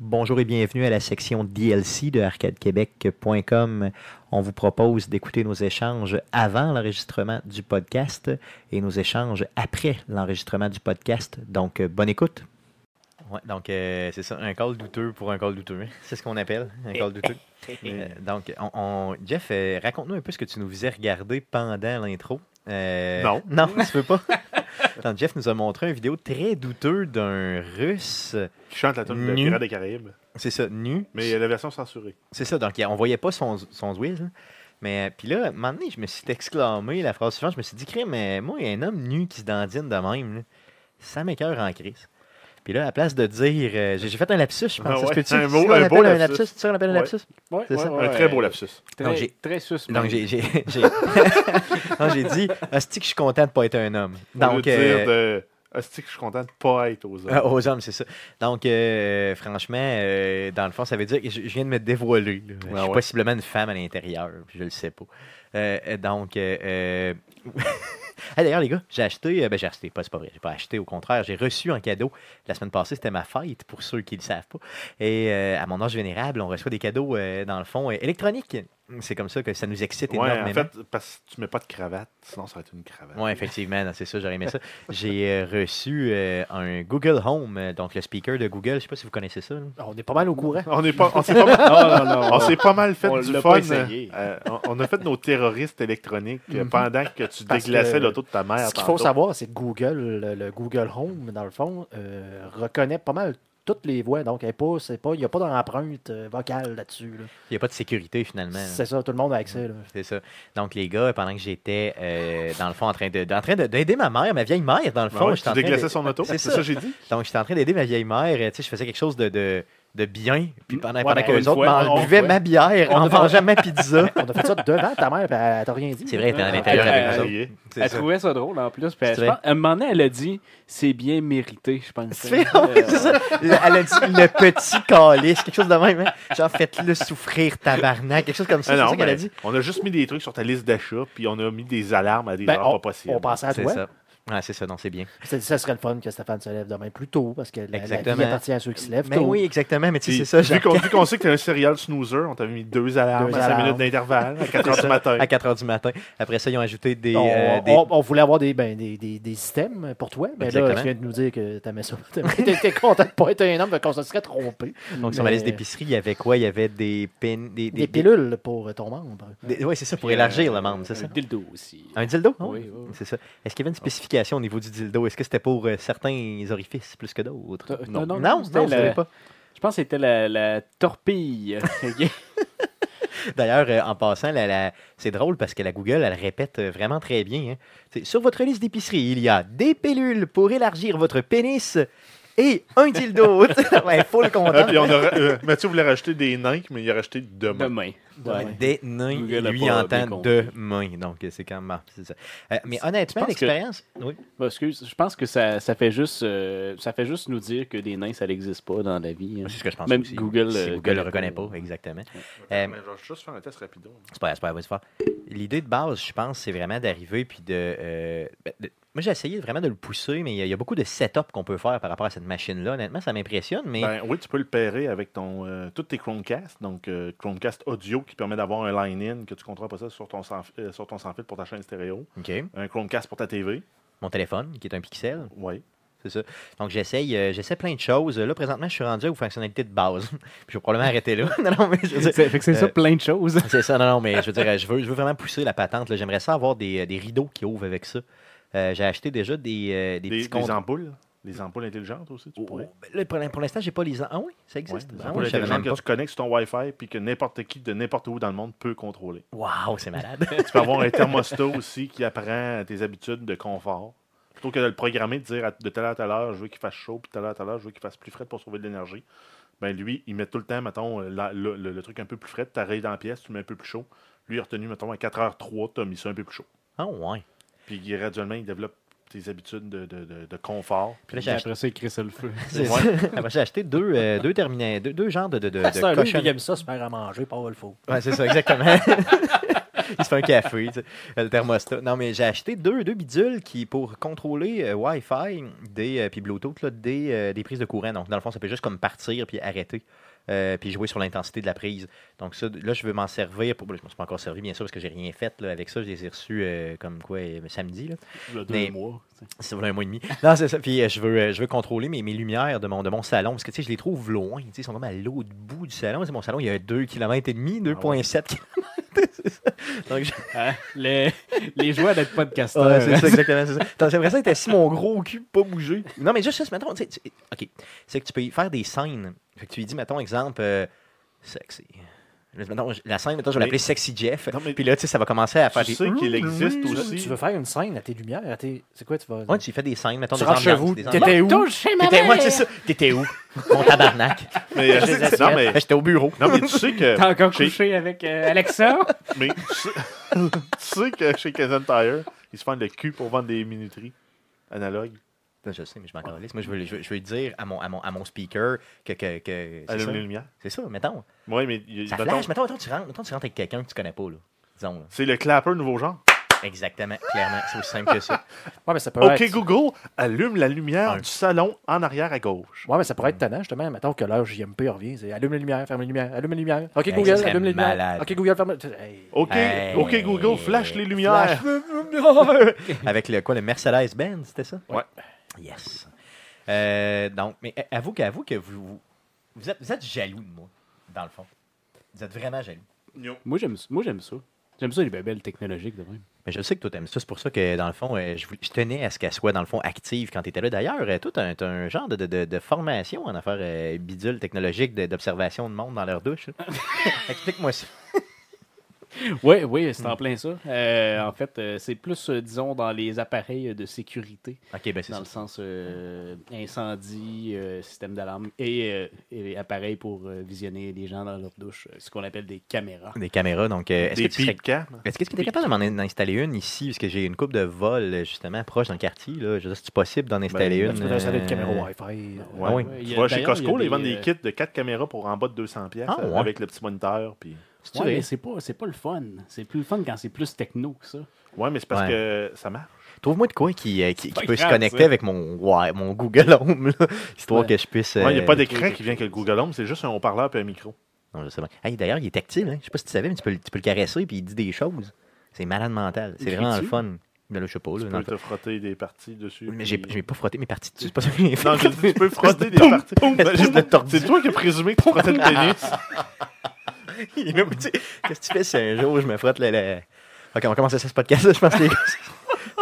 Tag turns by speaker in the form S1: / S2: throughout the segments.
S1: Bonjour et bienvenue à la section DLC de arcadequebec.com. On vous propose d'écouter nos échanges avant l'enregistrement du podcast et nos échanges après l'enregistrement du podcast. Donc, euh, bonne écoute. Ouais, donc, euh, c'est ça, un call douteux pour un call douteux. hein. C'est ce qu'on appelle un call douteux. Euh, donc, on, on- Jeff, euh, raconte-nous un peu ce que tu nous faisais regarder pendant l'intro. Euh,
S2: Non.
S1: Non, tu veux pas. Attends, Jeff nous a montré une vidéo très douteuse d'un russe.
S2: qui chante la tune de
S1: Nu.
S2: Pirates des Caraïbes.
S1: C'est ça, nu.
S2: Mais il y a la version censurée.
S1: C'est ça, donc on voyait pas son, son Zwiz, là. Mais euh, puis là, à un moment donné, je me suis exclamé la phrase suivante, je me suis dit, crème, mais moi, il y a un homme nu qui se dandine de même, là. ça m'écœure en crise. Puis là, à place de dire, euh, j'ai j'ai fait un lapsus, je pense.
S2: Ah
S1: Est-ce
S2: ouais,
S1: que tu- c'est
S2: un beau-
S1: ça qu'on
S2: un beau
S1: appelle un
S2: lapsus.
S1: lapsus? C'est ça qu'on appelle un
S2: Ouais.
S1: lapsus?
S3: Ouais,
S1: C'est ça.
S2: un très beau lapsus.
S1: Donc,
S3: Donc,
S1: j'ai-
S3: très sus.
S1: Donc, j'ai- j'ai j'ai- Non, j'ai dit, hostie que je suis content de pas être un homme.
S2: Donc,
S1: Donc, euh,
S2: dire de. Hostie que je suis content de pas être aux
S1: Euh,
S2: hommes.
S1: aux hommes, c'est ça. Donc, euh, franchement, euh, dans le fond, ça veut dire que je, je viens de me dévoiler. là. je
S2: Ouais,
S1: suis
S2: ouais.
S1: possiblement une femme à l'intérieur, puis je le sais pas. Euh, euh, donc, euh, euh, ah, d'ailleurs, les gars, j'ai acheté, euh, ben, j'ai acheté, pas, c'est pas vrai, j'ai pas acheté, au contraire, j'ai reçu en cadeau la semaine passée, c'était ma fête, pour ceux qui le savent pas. Et euh, à mon âge vénérable, on reçoit des cadeaux, euh, dans le fond, euh, électroniques. C'est comme ça que ça nous excite
S2: ouais,
S1: énormément.
S2: en fait, parce que tu mets pas de cravate, sinon ça va être une cravate.
S1: Oui, effectivement, non, c'est ça, j'aurais aimé ça. J'ai euh, reçu euh, un Google Home, euh, donc le speaker de Google. Je sais pas si vous connaissez ça. là.
S3: On est pas mal au courant.
S2: On est pas, on s'est pas, mal-
S3: non, non,
S2: on s'est pas mal fait
S3: On
S2: du
S3: l'a
S2: fun.
S3: pas essayé.
S2: euh, on- on a fait nos terroristes électroniques euh, pendant que tu
S3: Parce
S2: déglaçais
S3: que-
S2: l'auto de ta mère.
S3: Ce qu'il faut
S2: tantôt.
S3: savoir, c'est que Google, le, le Google Home, dans le fond, euh, reconnaît pas mal toutes les voix. Donc, elle est pas- c'est pas- il n'y a pas d'empreinte euh, vocale là-dessus. là.
S1: Il n'y a pas de sécurité finalement. là.
S3: C'est ça, tout le monde a accès. là.
S1: C'est ça. Donc, les gars, pendant que j'étais, euh, dans le fond, en train de- en train de- d'aider ma mère, ma vieille mère,
S3: Ben
S1: dans le
S2: Ah
S1: fond,
S2: ouais,
S1: j'étais
S2: tu
S1: en train de-
S2: déglaçais son auto.
S1: C'est
S2: C'est
S1: ça.
S2: ça que j'ai dit.
S1: Donc, j'étais en train d'aider ma vieille mère. euh, Tu sais, je faisais quelque chose de, de, de bien. Puis pendant,
S3: Ouais,
S1: pendant
S3: ben,
S1: que les
S3: une
S1: autres
S3: fois,
S1: mangent-
S3: on-
S1: buvaient
S3: ouais.
S1: ma bière
S3: On
S1: en
S3: devrait-
S1: mangeant ma pizza.
S3: On a fait ça devant ta mère, puis elle t'a rien dit.
S1: C'est vrai, elle était à
S3: Ah,
S1: l'intérieur
S3: elle-
S1: avec
S2: Ah,
S1: nous autres.
S2: il est.
S1: Eh, euh, C'est
S4: Elle
S1: ça.
S4: trouvait ça drôle en plus. Puis
S1: C'est
S4: elle- je
S1: vrai.
S4: pense- à un moment donné, elle a dit c'est bien mérité, je pense.
S1: C'est vrai, c'est ça. Le- Euh, Elle a dit le petit calice, quelque chose de même. hein. Genre, faites-le souffrir, tabarnak, quelque chose comme ça.
S2: Ah
S1: c'est
S2: non,
S1: ça qu'elle
S2: mais
S1: a dit.
S2: On a juste mis des trucs sur ta liste d'achats, puis on a mis des alarmes à des
S3: Ben,
S2: heures pas possibles.
S3: On pensait à
S1: C'est
S3: toi.
S1: ça. Ouais, c'est ça, non, c'est bien.
S3: C'est- Ça serait le fun que Stéphane se lève demain plus tôt, parce que la- la, vie
S1: Exactement.
S3: appartient à ceux qui se lèvent
S1: Mais
S3: tôt.
S1: oui, exactement, mais tu sais,
S2: Puis,
S1: c'est ça. genre,
S2: Vu qu'on vu qu'on sait que t'es un serial snoozer, on t'avait mis deux alarmes
S3: Deux
S2: à 5
S3: alarmes.
S2: minutes d'intervalle, à 4 heures
S1: ça.
S2: du matin.
S1: à 4 h du matin. Après ça, ils ont ajouté des.
S3: on,
S1: euh, des-
S3: on- on voulait avoir des, ben, des, des- des systèmes pour toi, mais là,
S1: Exactement.
S3: tu viens de nous dire que t'aimais ça. T'étais content de pas être un homme, donc on se serait trompé.
S1: Donc, sur ma
S3: Mais-
S1: liste d'épicerie, il y avait quoi Il y avait des. Pin... Des,
S3: Des pilules pour ton membre.
S1: Oui, c'est ça, pour élargir le membre, c'est ça.
S4: Un dildo aussi.
S1: Un dildo hein?
S4: euh, Oui, oui.
S1: C'est ça. Est-ce qu'il y avait une spécification au niveau du dildo Est-ce que c'était pour euh, certains orifices plus que d'autres
S4: Euh,
S2: Non.
S1: Non, non,
S4: c'était
S1: je ne
S4: la-
S1: savais pas.
S4: Je pense que c'était la, la torpille. euh,
S1: D'ailleurs, euh, en passant, la- la- c'est drôle parce que la Google, elle répète euh, vraiment très bien. hein. C'est, Sur votre liste d'épicerie, il y a des pilules pour élargir votre pénis et un dildo. Il faut le
S2: Ah,
S1: content.
S2: puis on a ra- euh, Mathieu voulait racheter des nains, mais il a racheté demain.
S4: Demain.
S3: Demain.
S4: Ouais.
S1: Des nains,
S4: Google a
S1: lui
S4: pas bien
S1: entend
S4: compris.
S1: demain. Donc, euh, c'est quand même. c'est ça. Euh, mais honnêtement,
S4: Je pense que-
S1: l'expérience. Oui.
S4: Bah, excuse, je pense que ça, ça, fait juste, euh, ça fait juste nous dire que des nains, ça n'existe pas dans la vie. hein.
S1: C'est ce que je pense
S4: Même
S1: aussi.
S4: Google,
S1: Si
S4: euh,
S1: Google le reconnaît
S4: connaît
S1: pas,
S4: pas.
S1: exactement. Euh,
S2: Mais je vais juste faire un test rapido.
S1: C'est pas, c'est pas- c'est pas- L'idée de base, je pense, c'est vraiment d'arriver puis de, euh, ben, de- Moi, j'ai essayé vraiment de le pousser, mais il y, a- il y a beaucoup de setup qu'on peut faire par rapport à cette machine-là. Honnêtement, ça m'impressionne, mais
S2: Ben, oui, tu peux le pairer avec ton, euh, tous tes Chromecast, donc euh, Chromecast audio qui permet d'avoir un line-in que tu contrôles pas ça sur ton sans, euh, sur ton sans fil pour ta chaîne stéréo,
S1: OK.
S2: un Chromecast pour ta TV.
S1: Mon téléphone, qui est un pixel.
S2: Oui.
S1: Donc, j'essaye euh, j'essaie plein de choses. Là, présentement, je suis rendu aux fonctionnalités de base. puis je vais probablement arrêter là. non, non, mais je veux dire-
S4: C'est fait que c'est
S1: Euh,
S4: ça, plein de choses.
S1: C'est ça, non, non, mais je veux dire, euh, je veux, je veux vraiment pousser la patente. là. J'aimerais ça avoir des, des rideaux qui ouvrent avec ça. Euh, j'ai acheté déjà des, euh, des
S2: Des,
S1: petits
S2: des
S1: comptes-
S2: ampoules. Des ampoules intelligentes aussi, tu
S1: Oh,
S2: pourrais.
S1: ben là, pour l'in- pour l'instant, j'ai pas les. en- Ah oui, ça
S2: Ouais,
S1: existe.
S2: des
S1: Ah
S2: ampoules
S1: oui, je savais même
S2: intelligentes
S1: pas.
S2: que tu connectes sur ton Wi-Fi puis que n'importe qui de n'importe où dans le monde peut contrôler.
S1: Waouh, c'est malade.
S2: Tu peux avoir un thermostat aussi qui apprend tes habitudes de confort. Plutôt que de le programmer, de dire à- de telle heure à telle heure, je veux qu'il fasse chaud, puis de telle heure à telle heure, je veux qu'il fasse plus frais pour sauver de l'énergie. Ben lui, il met tout le temps, mettons, euh, la- le, le- le truc un peu plus frais, t'arrives dans la pièce, tu le mets un peu plus chaud. Lui, il a retenu, mettons, à 4h03, t'as mis ça un peu plus chaud.
S1: Ah ouais.
S2: Puis graduellement, il développe tes habitudes de, de- de- de confort.
S1: Puis là, j'ai acheté,
S4: Après ça, il crée ça le feu.
S1: c'est ça. Après, j'ai acheté deux, euh, deux, termina- deux, deux genres de, de, de, de
S3: Ah, C'est un homme
S1: cochonneries.
S3: qui aime ça, se faire à manger, pas le faux.
S1: Ouais, c'est ça, exactement. il se fait un café, tu sais, le thermostat. Non, mais j'ai acheté deux, deux bidules qui, pour contrôler euh, Wi-Fi des, euh, puis Bluetooth, là, des, euh, des prises de courant. Donc, dans le fond, ça peut juste comme partir puis arrêter. euh, puis jouer sur l'intensité de la prise. Donc ça, là, je veux m'en servir. Pour... Je ne m'en suis pas encore servi, bien sûr, parce que j'ai rien fait là, avec ça. Je les ai reçus euh, comme quoi euh, samedi. Là.
S2: Il y a deux
S1: Mais-
S2: mois. tu sais.
S1: Ça voilà un mois et demi. Non, c'est ça. Puis euh, je veux, euh, je veux contrôler mes, mes lumières de mon, de mon salon parce que tu sais, je les trouve loin. Tu sais, Ils sont comme à l'autre bout du salon. Tu sais, mon salon, il y a 2,5 km, 2,7 km. Donc, je-
S4: Hein? les, les joies d'être podcasteur. euh,
S1: Ouais, c'est ça, exactement. C'est ça. Attends, J'aimerais ça être assis, mon gros cul, pas bouger. Non, mais juste ça, c'est, mettons, tu sais, tu- OK. C'est que tu peux y faire des scènes. Fait que tu lui dis, mettons, exemple, euh, sexy. Là, mettons, je- la scène, mettons, je vais
S2: Mais-
S1: l'appeler Sexy Jeff.
S2: Non, mais-
S1: Puis là, tu sais, ça va commencer à faire
S2: Tu
S1: des.
S2: sais qu'il existe
S3: Tu veux-
S2: aussi.
S3: Tu veux faire une scène à tes lumières, à tes... C'est quoi, tu vas...
S1: Ouais, tu fais des scènes, mettons,
S3: tu
S1: des
S3: rentres chez
S1: ambiances,
S3: vous,
S1: des
S3: t'étais où?
S1: T'étais ouais, c'est ça. T'étais où? Mon tabarnak.
S2: Mais, euh,
S3: J'ai des
S2: non, mais,
S1: Ben, J'étais au bureau.
S2: non, mais tu sais que.
S4: T'as encore
S2: chez-
S4: couché avec euh, Alexa?
S2: mais tu sais, tu sais que chez Kazan Tire, ils se font le cul pour vendre des minuteries analogues.
S1: Ben, Je sais, mais je m'en calisse. Moi, je veux, je, veux- je veux dire à mon, à mon, à mon speaker que. que, que c'est, ça.
S2: Allume les lumières.
S1: c'est ça, mettons.
S2: Oui, mais il-
S1: Ça
S2: mettons,
S1: flash. Mettons, mettons, tu rentres, mettons, tu rentres avec quelqu'un que tu connais pas, là. Disons, là.
S2: c'est le clapper nouveau genre.
S1: Exactement, clairement. C'est aussi simple que ça.
S3: Ouais, mais ça peut
S2: Ok
S3: être...
S2: Google, allume la lumière
S1: Un.
S2: du salon en arrière à gauche.
S3: Ouais, mais ça pourrait être tannant, justement. Mettons que l'heure JMP revient, c'est allume les lumières, ferme les lumières, allume les lumières. OK,
S1: Hey, ça
S3: Google,
S1: serait
S3: allume les
S1: malade.
S3: lumières. OK, Google, ferme les... Hey.
S2: Ok,
S1: Hey.
S2: ok Google, flash les lumières.
S1: Avec le quoi, le Mercedes-Benz, c'était ça?
S2: Ouais.
S1: Yes. Euh, donc, mais a- avoue, que- avoue que vous, vous- vous êtes, vous êtes jaloux de moi, dans le fond. Vous êtes vraiment jaloux. Euh,
S4: Moi, j'aime moi, j'aime ça. J'aime ça, les babelles technologiques, de même.
S1: Mais je sais que toi, t'aimes ça. C'est pour ça que, dans le fond, euh, je, voulais- je tenais à ce qu'elle soit, dans le fond, active quand tu étais là. D'ailleurs, euh, toi, tu un, t'as un genre de, de- de- de formation en affaires euh, bidule technologique de- d'observation de monde dans leur douche. là. Explique-moi ça.
S4: Oui, oui, c'est en plein ça. Euh, en fait, euh, c'est plus, euh, disons, dans les appareils de sécurité,
S1: OK, ben c'est
S4: dans
S1: ça.
S4: le sens euh, incendie, euh, système d'alarme et, euh, et appareils pour euh, visionner les gens dans leur douche, euh, ce qu'on appelle des caméras.
S1: Des caméras, donc... euh, est-ce
S2: Des
S1: que tu serais-
S2: picams.
S1: Est-ce que tu es capable de m'en in- installer une ici? Parce que j'ai une coupe de vol, justement, proche d'un quartier. Là. Je veux dire, c'est possible d'en installer
S2: Ben,
S1: une.
S3: Tu peux installer une caméra
S1: euh,
S3: Wi-Fi.
S1: Ouais. Ah oui.
S4: Ouais, il y
S2: Tu
S4: a-
S2: vois, chez
S4: d'ailleurs,
S2: Costco,
S4: il y a
S2: ils vendent
S4: des, euh,
S2: des kits de 4 caméras pour en bas de 200 pièces
S1: euh, Ah, ouais.
S2: avec le petit moniteur. Puis...
S1: c'est-tu
S4: Ouais,
S1: vrai?
S4: mais c'est pas, c'est pas le fun. C'est plus le fun quand c'est plus techno que ça.
S2: Ouais, mais c'est parce
S1: Ouais.
S2: que ça marche.
S1: Trouve-moi de quoi qui, euh, qui- qui
S4: pas
S1: peut se
S4: grave,
S1: connecter
S4: ça.
S1: avec mon, Wi- mon Google Home, là, histoire
S4: Ouais.
S1: que je puisse...
S2: Ouais, Il n'y a
S1: euh,
S2: pas
S4: euh,
S2: d'écran qui vient que le Google Home, c'est juste un haut-parleur et un micro.
S1: Non, je sais pas. Hey, D'ailleurs, il est tactile. Hein? Je sais pas si tu savais, mais tu peux, le- tu peux le caresser puis il dit des choses. C'est malade mental. C'est
S4: Écris-tu?
S1: vraiment le fun. Mais là, je sais pas. Oh Là,
S2: Tu
S1: dans
S2: peux
S1: le fond.
S2: te frotter des parties dessus.
S1: mais j'ai
S2: puis-
S1: j'ai pas frotté mes parties dessus. C'est pas ça que j'ai fait.
S2: Non, je dis, tu peux frotter des
S1: Poum,
S2: parties.
S1: poum,
S2: Ben,
S1: espèce de tordu.
S2: C'est toi qui as présumé que tu frottais le pénis.
S1: Il m'a dit, Qu'est-ce que tu fais si un jour je me frotte le. le- Ok, on commence à ça ce podcast. là, Je pense que les gars.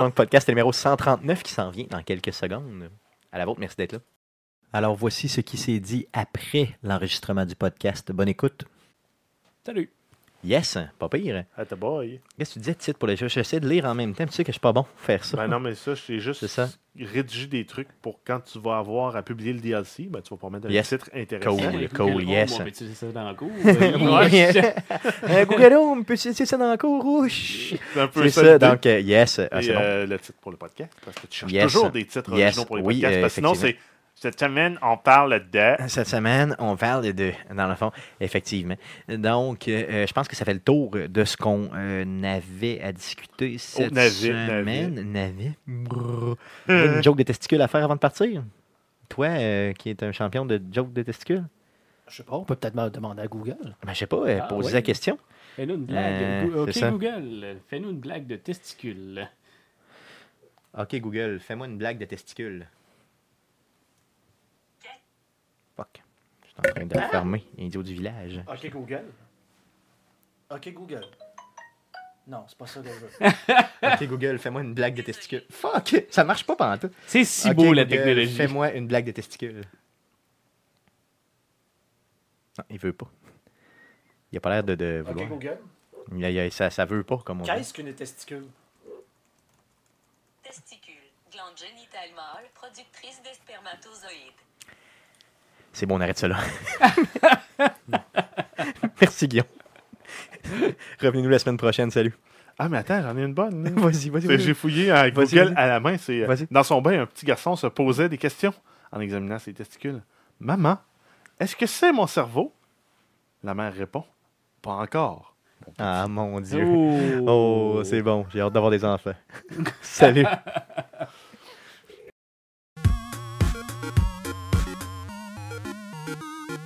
S1: Donc, podcast numéro 139 qui s'en vient dans quelques secondes. À la vôtre, merci d'être là. Alors, voici ce qui s'est dit après l'enregistrement du podcast. Bonne écoute.
S4: Salut!
S1: Yes, pas pire.
S2: Ah, t'as boy.
S1: Qu'est-ce que tu disais, titre pour les jeux? J'essaie de lire en même temps. Tu sais que je suis pas bon pour faire ça.
S2: Ben non, mais ça, j'ai juste
S1: C'est ça.
S2: rédigé des trucs pour quand tu vas avoir à publier le DLC, ben tu vas pouvoir mettre un
S1: Yes.
S2: titre intéressant.
S1: Cool.
S4: Salut,
S1: cool,
S4: Google Home,
S1: yes.
S4: On peut utiliser ça dans le cours?
S1: Oui. Euh, Google Home, peux-tu laisser ça dans la cour? Ouch!
S2: C'est un peu
S1: C'est
S2: ça.
S1: ça,
S2: l'idée.
S1: donc, euh, yes, ah,
S2: Et
S1: c'est bon.
S2: euh, le titre pour le podcast, parce que tu cherches
S1: Yes.
S2: toujours des titres
S1: Yes.
S2: originaux pour les
S1: Oui,
S2: podcasts.
S1: euh,
S2: parce que sinon, c'est
S1: effectivement.
S2: cette semaine, on parle de.
S1: Cette semaine, on parle de deux, dans le fond, effectivement. Donc, euh, euh, je pense que ça fait le tour de ce qu'on euh, avait à
S2: Oh,
S1: discuter cette
S2: navet,
S1: semaine. Navet. Brrr. Une joke de testicule à faire avant de partir? Toi, euh, qui es un champion de joke de testicule?
S3: Je sais pas, on peut peut-être me demander à Google.
S1: Ben, je sais pas, euh,
S4: Ah,
S1: poser
S4: ouais.
S1: la question.
S4: Fais-nous une blague.
S1: Euh,
S4: Go-
S1: c'est
S4: ok,
S1: ça.
S4: Google, fais-nous une blague de testicule.
S1: OK, Google, fais-moi une blague de testicule. Fuck. Je suis en train de le fermer, idiot du village.
S3: OK, Google. OK, Google. Non, c'est pas ça que je veux.
S1: Ah Ok, Google, fais-moi une blague de testicule. Fuck! Ça marche pas pantoute.
S4: C'est si
S1: Ok,
S4: beau la
S1: Google,
S4: technologie.
S1: Fais-moi une blague de testicule. Non, il veut pas. Il a pas l'air de, de vouloir.
S3: Google.
S1: Il a- il a- ça, ça veut pas, comme on dit.
S3: qu'une testicule?
S5: Testicule, glande génitale mâle, productrice des spermatozoïdes.
S1: C'est bon, on arrête cela. Merci, Guillaume. Revenez-nous la semaine prochaine. Salut.
S2: Ah, mais attends, j'en ai une bonne. là.
S1: Vas-y, vas-y.
S2: C'est- J'ai fouillé à
S1: Vas-y,
S2: Google
S1: vas-y.
S2: à la main. C'est euh,
S1: Vas-y.
S2: dans son bain, un petit garçon se posait des questions en examinant ses testicules. Maman, est-ce que c'est mon cerveau La mère répond. Pas encore.
S1: Ah mon Dieu.
S4: Oh,
S1: Oh, c'est bon. J'ai hâte d'avoir des enfants. Salut.